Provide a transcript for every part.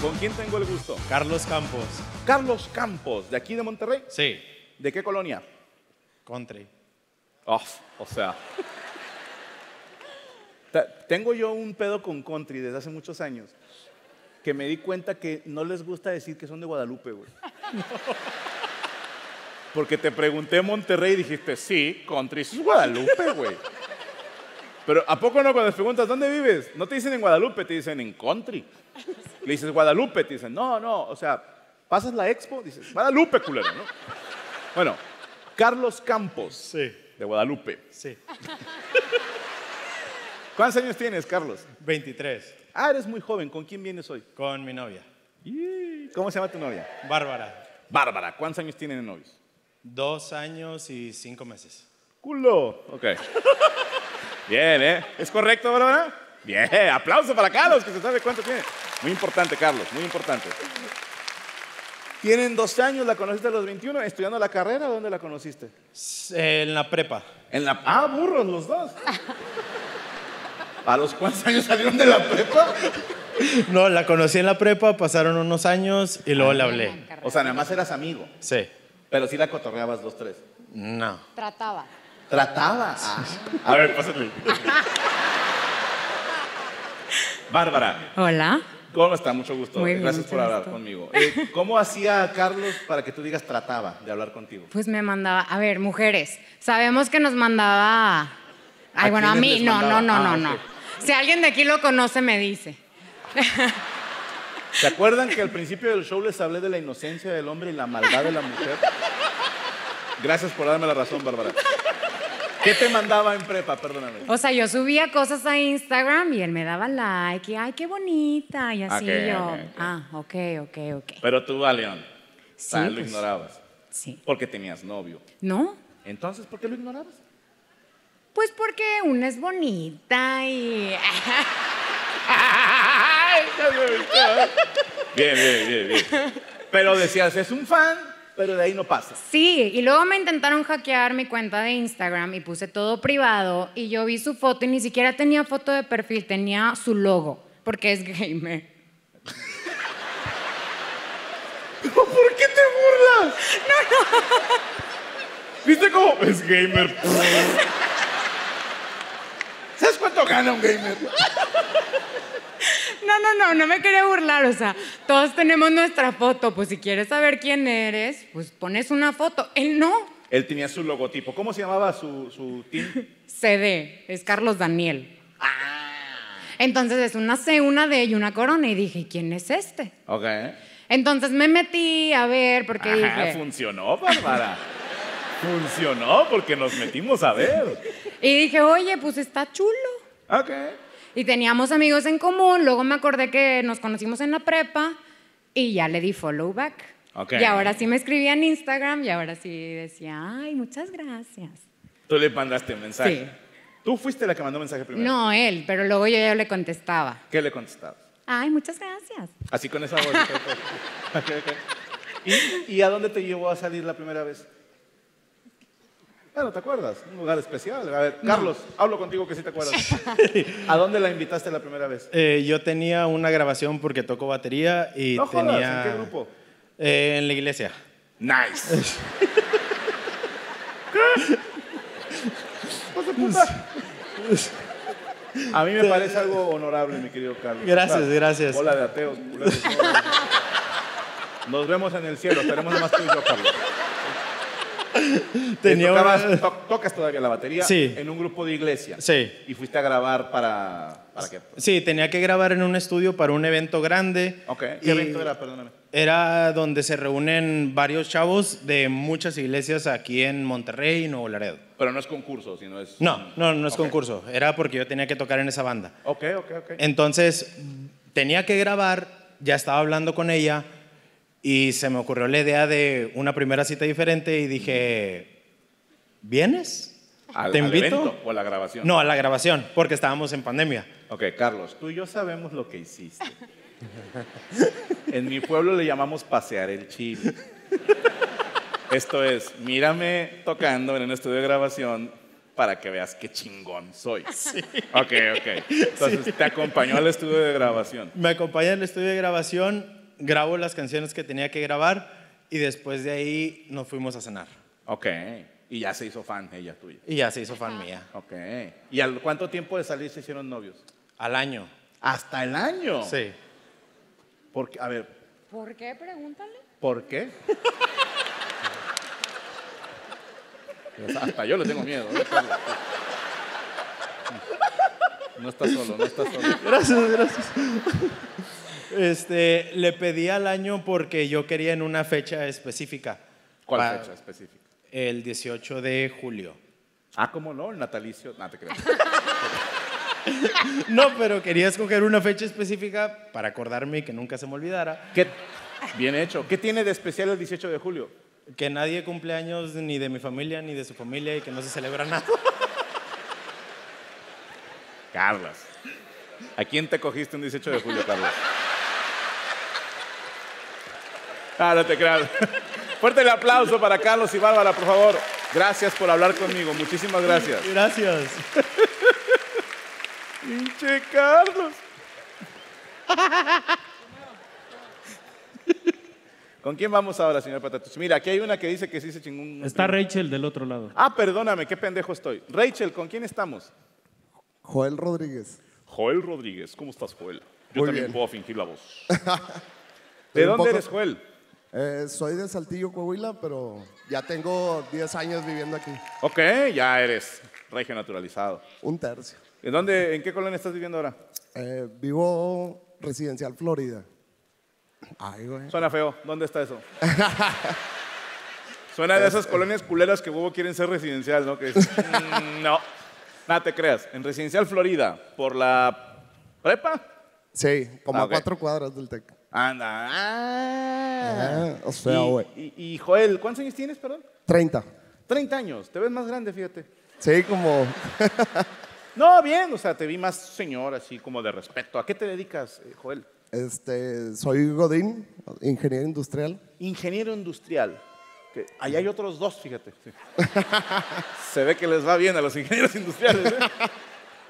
¿Con quién tengo el gusto? Carlos Campos, Carlos Campos, de aquí de Monterrey. sí, ¿De qué colonia? country. Off, o sea. Ta- tengo yo un pedo con country desde hace muchos años que me di cuenta que no les gusta decir que son de Guadalupe, güey. Porque te pregunté Monterrey y dijiste, sí, country sí es Guadalupe, güey. Pero ¿a poco no cuando les preguntas, ¿dónde vives? No te dicen en Guadalupe, te dicen en country. Le dices Guadalupe, te dicen, no, no, o sea, pasas la expo, dices, Guadalupe, culero, ¿no? Bueno, Carlos Campos, Sí. de Guadalupe. Sí. ¿Cuántos años tienes, Carlos? 23, Ah, eres muy joven. ¿Con quién vienes hoy? con mi novia, ¿Cómo se llama tu novia? Bárbara. Bárbara. ¿Cuántos años tienen de novios? Dos años y cinco meses. Culo. Ok. Bien, ¿eh? ¿Es correcto, Bárbara? Bien. Aplauso para Carlos, que se sabe cuánto tiene. Muy importante, Carlos. Muy importante. Tienen 12 años, la conociste a los 21, estudiando la carrera. ¿Dónde la conociste? S- En la prepa, En la... Ah, burros los dos. ¿A los cuántos años salieron de la prepa? no, la conocí en la prepa, pasaron unos años y luego le hablé. O sea, nada más eras amigo, Sí, pero sí la cotorreabas dos, tres. no. Trataba. Trataba. Ah. A ver, pásale. Bárbara, Hola. ¿cómo está? Mucho gusto. Muy bien, Gracias por mucho hablar gusto. conmigo. Eh, ¿Cómo hacía Carlos para que tú digas trataba de hablar contigo? Pues me mandaba, a ver, mujeres, sabemos que nos mandaba. Ay, ¿A bueno, a quiénes mí, les no, no, no, mandaba? no, Ah, no. ok. Si alguien de aquí lo conoce, me dice. ¿Se acuerdan que al principio del show les hablé de la inocencia del hombre y la maldad de la mujer? Gracias por darme la razón, Bárbara. ¿Qué te mandaba en prepa? Perdóname. O sea, yo subía cosas a Instagram y él me daba like y, ay, qué bonita, y así Ok, yo. ok, ok. Ah, ok, ok, ok. Pero tú, León, Sí, lo pues. ignorabas. Sí. Porque tenías novio. ¿No? Entonces, ¿por qué lo ignorabas? Pues porque una es bonita y. Bien, bien, bien, bien. Pero decías, es un fan, pero de ahí no pasa. Sí, y luego me intentaron hackear mi cuenta de Instagram y puse todo privado y yo vi su foto y ni siquiera tenía foto de perfil, tenía su logo, porque es gamer. ¿Por qué te burlas? No, no. ¿Viste cómo? Es gamer. ¿Sabes cuánto gana un gamer? No, no, no, no me quería burlar, o sea, todos tenemos nuestra foto, pues si quieres saber quién eres, pues pones una foto. Él no, Él tenía su logotipo. ¿Cómo se llamaba su, su team? CD, es Carlos Daniel. Ah. Entonces es una C, una D y una corona y dije, ¿quién es este? Ok. Entonces me metí a ver porque Ajá, dije... funcionó, Bárbara. Funcionó porque nos metimos a ver. Y dije, oye, pues está chulo. Ok. Y teníamos amigos en común. Luego me acordé que nos conocimos en la prepa y ya le di follow back. Ok. Y ahora sí me escribía en Instagram y ahora sí decía, ay, muchas gracias. Tú le mandaste mensaje. Sí. Tú fuiste la que mandó mensaje primero. No él, pero luego yo ya le contestaba. ¿Qué le contestabas? Ay, muchas gracias. Así con esa voz. Ok, ok. ¿Y, y a dónde te llevó a salir la primera vez? Bueno, ¿te acuerdas? Un lugar especial. A ver, Carlos, hablo contigo que sí te acuerdas. ¿A dónde la invitaste la primera vez? Eh, yo tenía una grabación porque toco batería y No jodas, tenía. ¿en qué grupo? Eh, en la iglesia. Nice. ¿Qué? Hijos de puta. Pues, Pues, A mí me parece algo honorable, mi querido Carlos. Gracias, Claro. gracias. Hola de ateos. culeros. Nos vemos en el cielo. Estaremos nomás tú y yo, Carlos. Tenía Eh, tocabas- una- to- tocas todavía la batería Sí. en un grupo de iglesia. Sí. Y fuiste a grabar para. ¿Para qué? Sí, tenía que grabar en un estudio para un evento grande. Ok. ¿Qué Y evento era? Perdóname. Era donde se reúnen varios chavos de muchas iglesias aquí en Monterrey y Nuevo Laredo. Pero no es concurso, sino es. No, no, no es Ok. concurso. Era porque yo tenía que tocar en esa banda. Ok, ok, ok. Entonces, tenía que grabar, ya estaba hablando con ella y se me ocurrió la idea de una primera cita diferente y dije, ¿vienes? Al- ¿Te al invito? evento o a la grabación? No, a la grabación, porque estábamos en pandemia. Ok, Carlos, tú y yo sabemos lo que hiciste. en mi pueblo le llamamos pasear el chile. Esto es, mírame tocando en un estudio de grabación para que veas qué chingón soy. Ok, ok. Entonces te acompañó al estudio de grabación. Me acompaña al estudio de grabación, grabo las canciones que tenía que grabar y después de ahí nos fuimos a cenar. Ok. Y ya se hizo fan ella tuya. Y ya se hizo fan mía. Ok. ¿Y al cuánto tiempo de salir se hicieron novios? Al año. Hasta el año. Sí. Porque, a ver, ¿Por qué? Pregúntale. ¿Por qué? Hasta yo le tengo miedo. ¿eh, Carlos? No está solo, no está solo. Gracias, gracias. Este, le pedí al año porque yo quería en una fecha específica. ¿Cuál Pa- fecha específica? El 18 de julio. Ah, ¿cómo no? El natalicio. No te creo. No, pero quería escoger una fecha específica para acordarme y que nunca se me olvidara ¿Qué? Bien hecho. ¿Qué tiene de especial el 18 de julio? que nadie cumple años ni de mi familia ni de su familia y que no se celebra nada. Carlos. ¿A quién te cogiste un 18 de julio, Carlos? Ah, no te creas. Fuerte el aplauso para Carlos y Bárbara, por favor. Gracias por hablar conmigo. Muchísimas gracias. Gracias. Pinche Carlos. ¿Con quién vamos ahora, señor Patatus? Mira, aquí hay una que dice que sí se chingó un- Está Rachel del otro lado. Ah, perdóname, qué pendejo estoy. Rachel, ¿con quién estamos? Joel Rodríguez. Joel Rodríguez. ¿Cómo estás, Joel? Yo Muy también bien. puedo fingir la voz. ¿De Un dónde poco- eres, Joel? Eh, soy de Saltillo, Coahuila, pero ya tengo 10 años viviendo aquí. Ok, ya eres regio naturalizado. Un tercio. ¿En, dónde, ¿En qué colonia estás viviendo ahora? Eh, vivo residencial Florida. Ay, güey. Suena feo. ¿Dónde está eso? Suena de esas colonias culeras que huevo quieren ser residencial, ¿no? Que dices, "Mm, no. Nada, te creas. En Residencial Florida, por la prepa. Sí, como Ah, a ok. cuatro cuadras del TEC. Anda. Ah. Ah, o sea, Y- güey. y, y, Joel, ¿cuántos años tienes, perdón? 30. 30 años. Te ves más grande, fíjate. Sí, como No, bien. O sea, te vi más señor, así como de respeto. ¿A qué te dedicas, eh, Joel? este, soy Godín, ingeniero industrial. ingeniero industrial. Que allá hay otros dos, fíjate. Sí. Se ve que les va bien a los ingenieros industriales. ¿eh?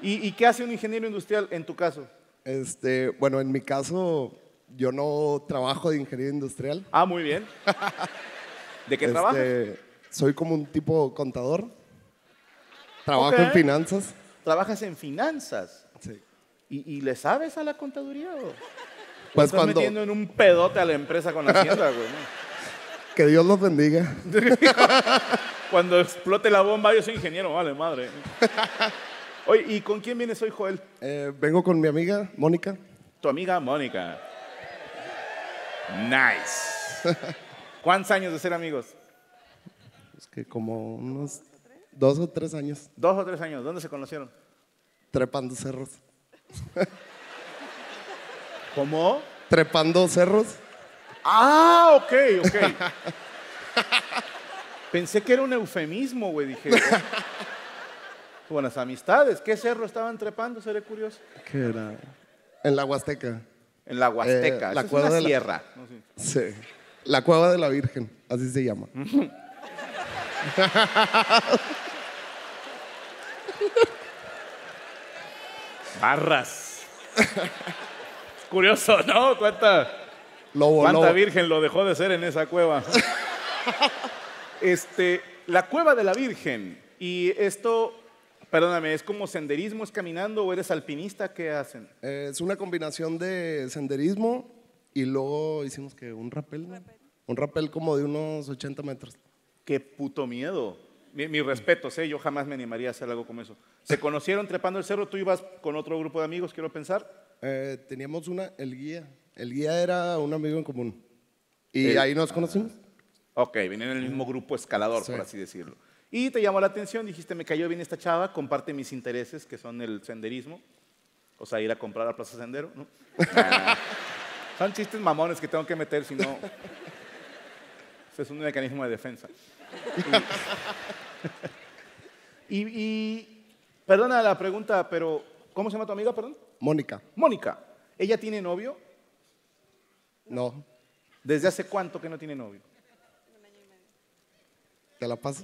¿Y, y qué hace un ingeniero industrial en tu caso? Este, bueno, en mi caso, yo no trabajo de ingeniero industrial. Ah, muy bien. ¿De qué Este, trabajas? Soy como un tipo contador. Trabajo Ok. en finanzas. Trabajas en finanzas. Sí. ¿Y, y le sabes a la contabilidad? o? Pues Estás cuando- metiendo en un pedote a la empresa con la hacienda, güey. ¿no? Que Dios los bendiga. Cuando explote la bomba, yo soy ingeniero, vale, madre. Oye, ¿y con quién vienes hoy, Joel? Eh, vengo con mi amiga Mónica. Tu amiga Mónica. Nice. ¿Cuántos años de ser amigos? Es que como unos dos o tres años Dos o tres años. ¿Dónde se conocieron? trepando cerros. ¿Cómo? Trepando cerros. Ah, ok, ok. Pensé que era un eufemismo, güey. Dije, con las amistades. ¿Qué cerro estaban trepando? Seré curioso. ¿Qué era? En la Huasteca. En la Huasteca. Eh, la la es cueva una de la- sierra. Sí. La Cueva de la Virgen, así se llama. Barras. Es curioso, ¿no? ¿Cuánta, Lobo, cuánta lobo. virgen lo dejó de ser en esa cueva? este, la cueva de la Virgen. Y esto, perdóname, ¿es como senderismo? ¿Es caminando o eres alpinista? ¿Qué hacen? Eh, es una combinación de senderismo y luego hicimos que un rapel, ¿no? Un rapel como de unos 80 metros. Qué puto miedo. Mi, mi respeto, sé, yo jamás me animaría a hacer algo como eso. ¿Se conocieron trepando el cerro? ¿Tú ibas con otro grupo de amigos, quiero pensar? Eh, teníamos una, el guía. El guía era un amigo en común. Y El- ahí nos conocimos. Ok, venían en el mismo grupo escalador, Sí. por así decirlo. Y te llamó la atención, dijiste, me cayó bien esta chava, comparte mis intereses, que son el senderismo, o sea, ir a comprar a Plaza Sendero, ¿no? Ah, son chistes mamones que tengo que meter, si no... Ese es un mecanismo de defensa. Y, y- perdona la pregunta, pero ¿cómo se llama tu amiga, perdón? Mónica. Mónica, ¿ella tiene novio? No, ¿Desde hace cuánto que no tiene novio? te la paso.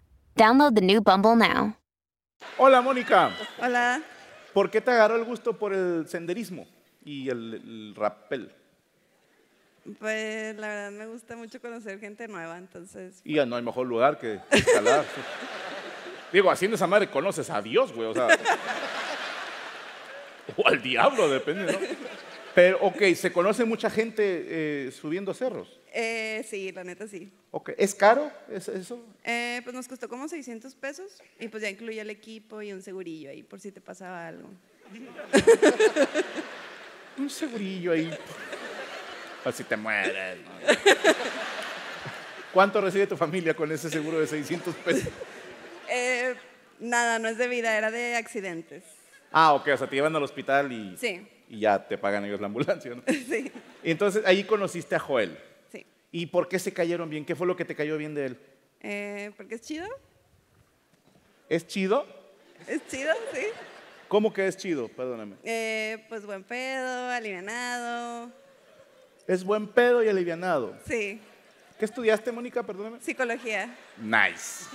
Download the new Bumble now. Hola, Mónica. Hola. ¿Por qué te agarró el gusto por el senderismo y el, el rappel? Pues la verdad me gusta mucho conocer gente nueva, entonces. Y ya no hay mejor lugar que escalar. Digo, haciendo esa madre conoces a Dios, güey, o sea. O al diablo, depende, ¿no? Pero, ok, se conoce mucha gente eh, subiendo cerros. eh, sí, la neta sí. Ok, ¿Es caro es- eso? Eh, pues nos costó como 600 pesos y pues ya incluía el equipo y un segurillo ahí por si te pasaba algo. Un segurillo ahí. Así te mueres. ¿no? ¿Cuánto recibe tu familia con ese seguro de 600 pesos? Eh, nada, no es de vida, era de accidentes. Ah, ok, o sea, te llevan al hospital y, Sí. y ya te pagan ellos la ambulancia, ¿no? Sí, Entonces, ahí conociste a Joel. sí. ¿Y por qué se cayeron bien? ¿Qué fue lo que te cayó bien de él? Eh, porque es chido, ¿Es chido? es chido, sí. ¿Cómo que es chido? Perdóname. Eh, pues buen pedo, alivianado, Es buen pedo y alivianado. sí. ¿Qué estudiaste, Mónica? Perdóname. Psicología. Nice.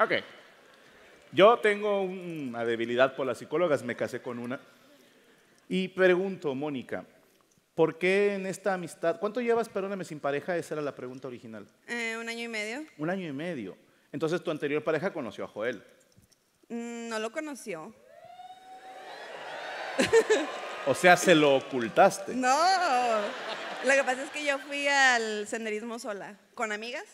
ok. Yo tengo una debilidad por las psicólogas, me casé con una. Y pregunto, Mónica, ¿por qué en esta amistad? ¿Cuánto llevas, perdóname, sin pareja? Esa era la pregunta original. Eh, un año y medio. Un año y medio. Entonces tu anterior pareja conoció a Joel. Mm, no lo conoció. O sea, se lo ocultaste. No. Lo que pasa es que yo fui al senderismo sola, con amigas,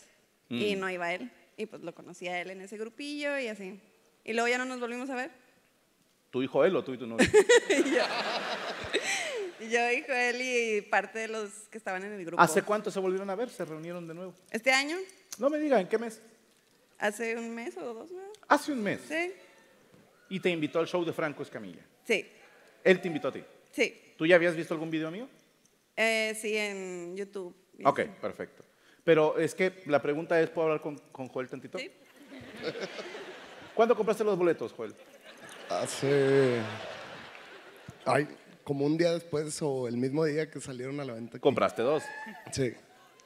y Mm. no iba él. Y pues lo conocí a él en ese grupillo y así. Y luego ya no nos volvimos a ver. ¿Tú y Joel o tú y tu novio? Y yo y él y parte de los que estaban en el grupo. ¿Hace cuánto se volvieron a ver? ¿Se reunieron de nuevo? Este año, No me digan, ¿en qué mes? hace un mes o dos, ¿no? Hace un mes. Sí. Y te invitó al show de Franco Escamilla. Sí, Él te invitó a ti. sí. ¿Tú ya habías visto algún video mío? Eh, sí, en YouTube. y Ok, así. perfecto. Pero es que la pregunta es, ¿puedo hablar con, con Joel tantito? Sí. ¿Cuándo compraste los boletos, Joel? Hace. Ay, como un día después o el mismo día que salieron a la venta. aquí. Compraste dos. Sí.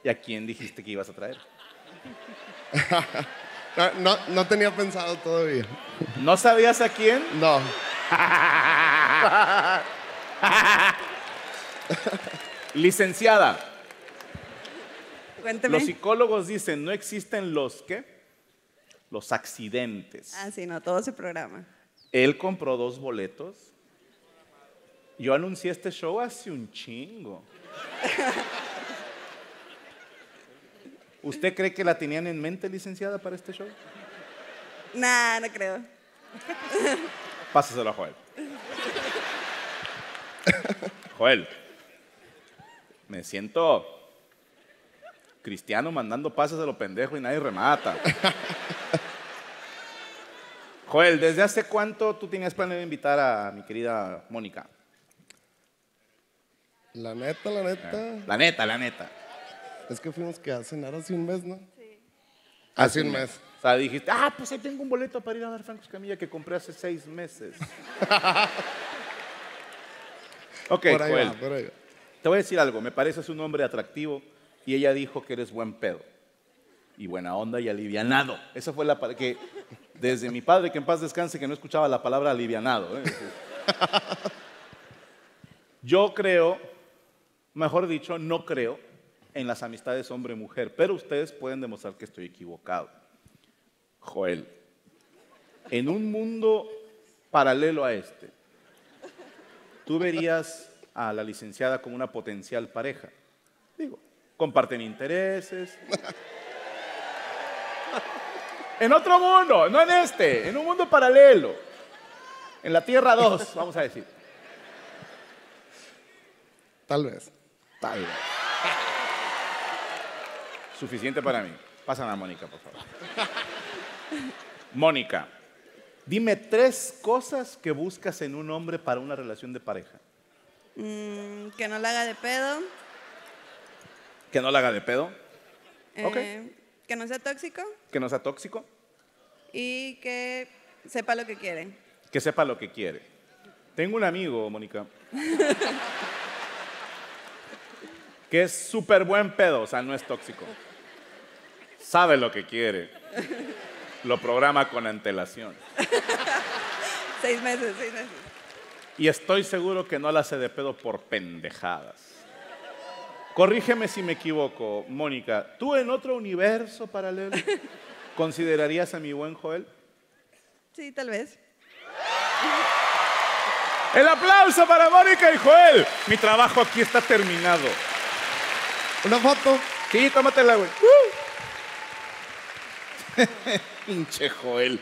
¿Y a quién dijiste que ibas a traer? No, Ah, no, no tenía pensado todavía. ¿No sabías a quién? No. Licenciada, Cuénteme. los psicólogos dicen, no existen los, ¿qué? Los accidentes. Ah, sí, no, todo se programa. Él compró dos boletos. Yo anuncié este show hace un chingo. ¿Usted cree que la tenían en mente, licenciada, para este show? Nah, no creo. Pásaselo a Joel. Joel, me siento cristiano mandando pases a lo pendejo y nadie remata. Joel, ¿desde hace cuánto tú tenías planeado invitar a mi querida Mónica? La neta, la neta. La neta, la neta. Ah. Es que fuimos que a cenar hace un mes, ¿no? Sí. Hace un mes. O sea, dijiste, ah, pues ahí tengo un boleto para ir a ver Franco Escamilla que compré hace seis meses. ok, por ahí Joel, va, por ahí va. te voy a decir algo. Me pareces un hombre atractivo y ella dijo que eres buen pedo. Y buena onda y alivianado. Esa fue la palabra que, desde mi padre, que en paz descanse, que no escuchaba la palabra alivianado. ¿eh? Yo creo, mejor dicho, no creo en las amistades hombre-mujer, pero ustedes pueden demostrar que estoy equivocado. Joel, en un mundo paralelo a este, tú verías a la licenciada como una potencial pareja. Digo, comparten intereses. En otro mundo, no en este, en un mundo paralelo. En la Tierra 2, vamos a decir. Tal vez. Tal vez. Suficiente para mí. Pasan a Mónica, por favor. Mónica, dime tres cosas que buscas en un hombre para una relación de pareja. Mm, que no la haga de pedo. Que no la haga de pedo, Ok. eh, que no sea tóxico que no sea tóxico, y que sepa lo que quiere. que sepa lo que quiere. Tengo un amigo, Mónica, que es súper buen pedo, o sea, no es tóxico. Sabe lo que quiere. Lo programa con antelación. Seis meses, seis meses. Y estoy seguro que no la hace de pedo por pendejadas. Corrígeme si me equivoco, Mónica. ¿Tú en otro universo paralelo considerarías a mi buen Joel? Sí, tal vez. El aplauso para Mónica y Joel. Mi trabajo aquí está terminado. Una foto. Sí, tómatela, güey. ¡Uh! Uh. Pinche Joel.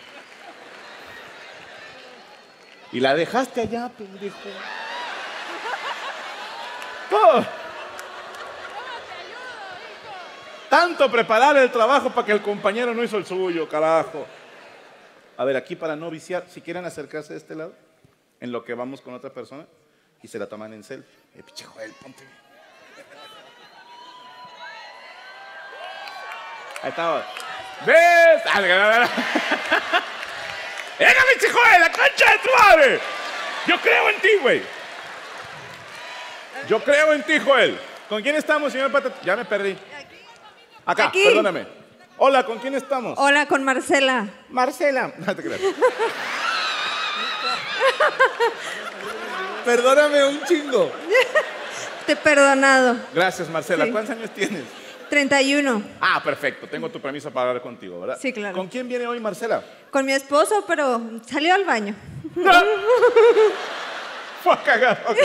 Y la dejaste allá, pendejo. Oh. Tanto preparar el trabajo para que el compañero no hizo el suyo, carajo. A ver, aquí para no viciar, si quieren acercarse de este lado, en lo que vamos con otra persona, y se la toman en selfie. Eh, pinche Joel, ponte. Ahí estamos. ¿Ves? Ah, de- de- de- de- ¡Venga, pinche Joel, la concha de tu madre! Yo creo en ti, güey. Yo creo en ti, Joel. ¿Con quién estamos, señor Patat? Ya me perdí. Acá, Aquí. perdóname. Hola, ¿con quién estamos? Hola, con Marcela. Marcela. No te creas. Perdóname un chingo. Te he perdonado. Gracias, Marcela. Sí. ¿Cuántos años tienes? 31. Ah, perfecto. Tengo tu permiso para hablar contigo, ¿verdad? Sí, claro. ¿Con quién viene hoy, Marcela? Con mi esposo, pero salió al baño. Fue a cagar, ok.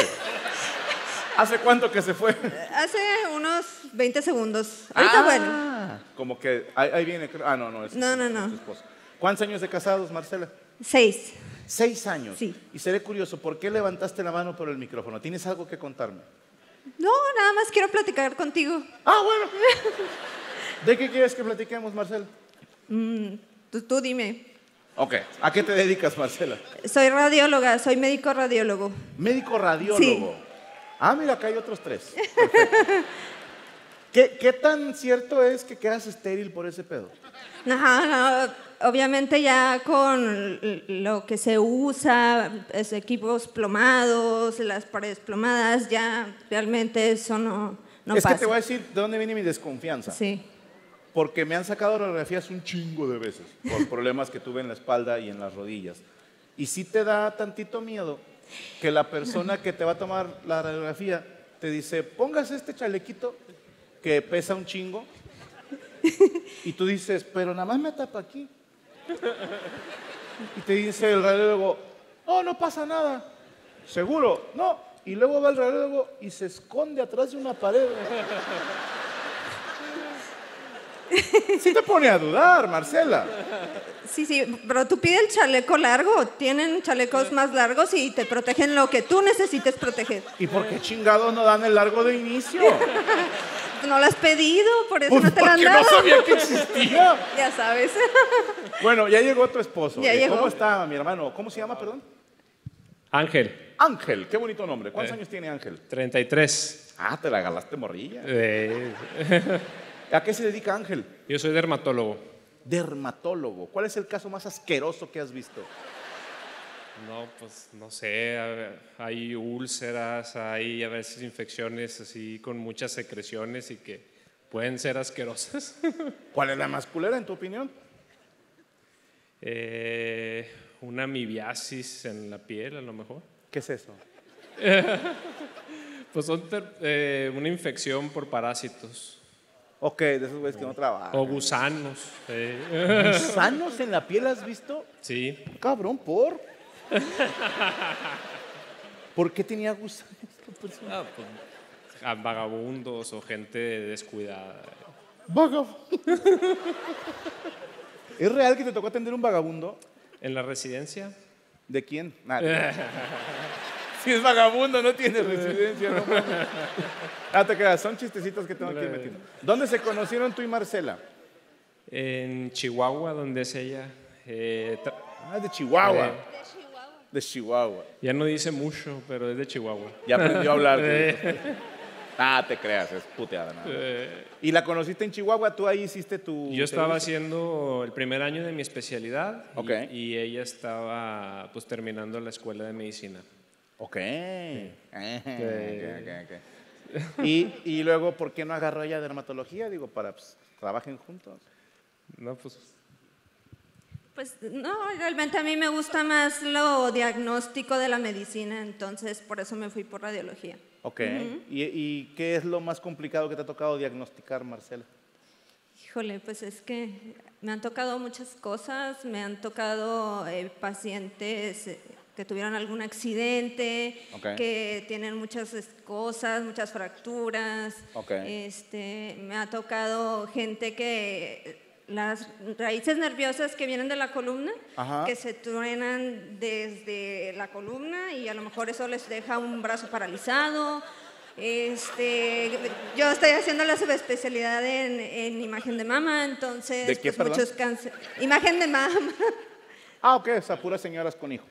¿Hace cuánto que se fue? Hace unos 20 segundos. Ahorita bueno. Como que ahí, ahí viene. creo- Ah, no, no. Es, No, no, es no. tu esposo. ¿Cuántos años de casados, Marcela? Seis. Seis años. Sí. Y seré curioso, ¿por qué levantaste la mano por el micrófono? ¿Tienes algo que contarme? No, nada más quiero platicar contigo. Ah, bueno. ¿De qué quieres que platiquemos, Marcela? Mm, Tú, tú dime. Ok. ¿A qué te dedicas, Marcela? Soy radióloga, soy médico radiólogo. Médico radiólogo. Ah, mira, acá hay otros tres. Perfecto. ¿Qué, ¿Qué tan cierto es que quedas estéril por ese pedo? Ajá, no, obviamente ya con l- lo que se usa, es equipos plomados, las paredes plomadas, ya realmente eso no, no es pasa. que te voy a decir de dónde viene mi desconfianza. Sí. Porque me han sacado radiografías un chingo de veces por problemas que tuve en la espalda y en las rodillas. Y sí te da tantito miedo que la persona que te va a tomar la radiografía te dice, póngase este chalequito que pesa un chingo. Y tú dices, pero nada más me tapa aquí. Y te dice el radiólogo, no, no pasa nada. Seguro, no. Y luego va el radiólogo y se esconde atrás de una pared. Sí te pone a dudar, Marcela. Sí, sí, pero tú pide el chaleco largo. Tienen chalecos más largos y te protegen lo que tú necesites proteger. ¿Y por qué chingados no dan el largo de inicio? No lo has pedido, por eso Pues no te lo han porque no dado. sabía que existía. Ya sabes. Bueno, ya llegó tu esposo. Ya Eh, llegó. ¿Cómo está mi hermano? ¿Cómo se llama, perdón? Ángel, Ángel, qué bonito nombre. Eh. ¿Cuántos años tiene Ángel? 33. Ah, te la galaste morrilla. Eh, ¿A qué se dedica Ángel? yo soy dermatólogo. Dermatólogo. ¿Cuál es el caso más asqueroso que has visto? No, pues no sé, a ver, hay úlceras, hay a veces infecciones así con muchas secreciones y que pueden ser asquerosas. ¿Cuál es la más culera, en tu opinión? Eh, una amibiasis en la piel, a lo mejor. ¿Qué es eso? Pues son ter- eh, una infección por parásitos Ok, de esos güeyes que Oh. no trabajan. o gusanos. eh. ¿Gusanos en la piel has visto? Sí, Cabrón, ¿por? ¿Por qué tenía gusanos? la persona? Ah, pues, a vagabundos o gente descuidada. Vagabundo. ¿Es real que te tocó atender un vagabundo? En la residencia, ¿De quién? Nada. si es vagabundo, no tiene residencia. No mames. ah, te quedas. Son chistecitos que tengo aquí metiendo. ¿Dónde se conocieron tú y Marcela? en Chihuahua, donde es ella. eh, tra- Ah, de Chihuahua. Eh. De Chihuahua. ya no dice mucho, pero es de Chihuahua. Ya aprendió a hablar. güey. Eh, ah, te creas, es puteada. nada más. Y la conociste en Chihuahua, tú ahí hiciste tu. yo estaba servicio? haciendo el primer año de mi especialidad y- Ok. y, ella estaba pues terminando la escuela de medicina. Ok. Ah, ok, ok, ok. Y, y luego, ¿por qué no agarró ella dermatología? Digo, para pues, trabajen juntos. No, pues Pues no, realmente a mí me gusta más lo diagnóstico de la medicina, entonces por eso me fui por radiología. Ok. ¿Y, y qué es lo más complicado que te ha tocado diagnosticar, Marcela? Híjole, pues es que me han tocado muchas cosas, me han tocado eh, pacientes eh, que tuvieron algún accidente, Ok. que tienen muchas es- cosas, muchas fracturas. Ok. Este, me ha tocado gente que eh, las raíces nerviosas que vienen de la columna, Ajá. que se truenan desde la columna y a lo mejor eso les deja un brazo paralizado. Este, yo estoy haciendo la subespecialidad en, en imagen de mama, entonces ¿De qué, pues, perdón? muchos cáncer. Imagen de mama. Ah, ok, o sea, puras señoras con hijos.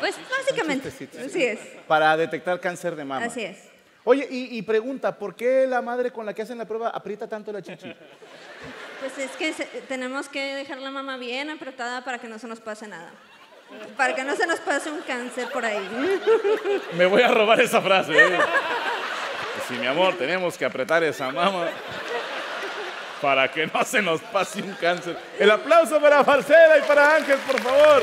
Pues básicamente. Así es. Para detectar cáncer de mama. Así es. Oye, y, y pregunta, ¿por qué la madre con la que hacen la prueba aprieta tanto la chichi? Pues es que se- tenemos que dejar la mama bien apretada para que no se nos pase nada. Para que no se nos pase un cáncer por ahí. Me voy a robar esa frase. Si mi amor, tenemos que apretar esa mama para que no se nos pase un cáncer. El aplauso para Marcela y para Ángel, por favor.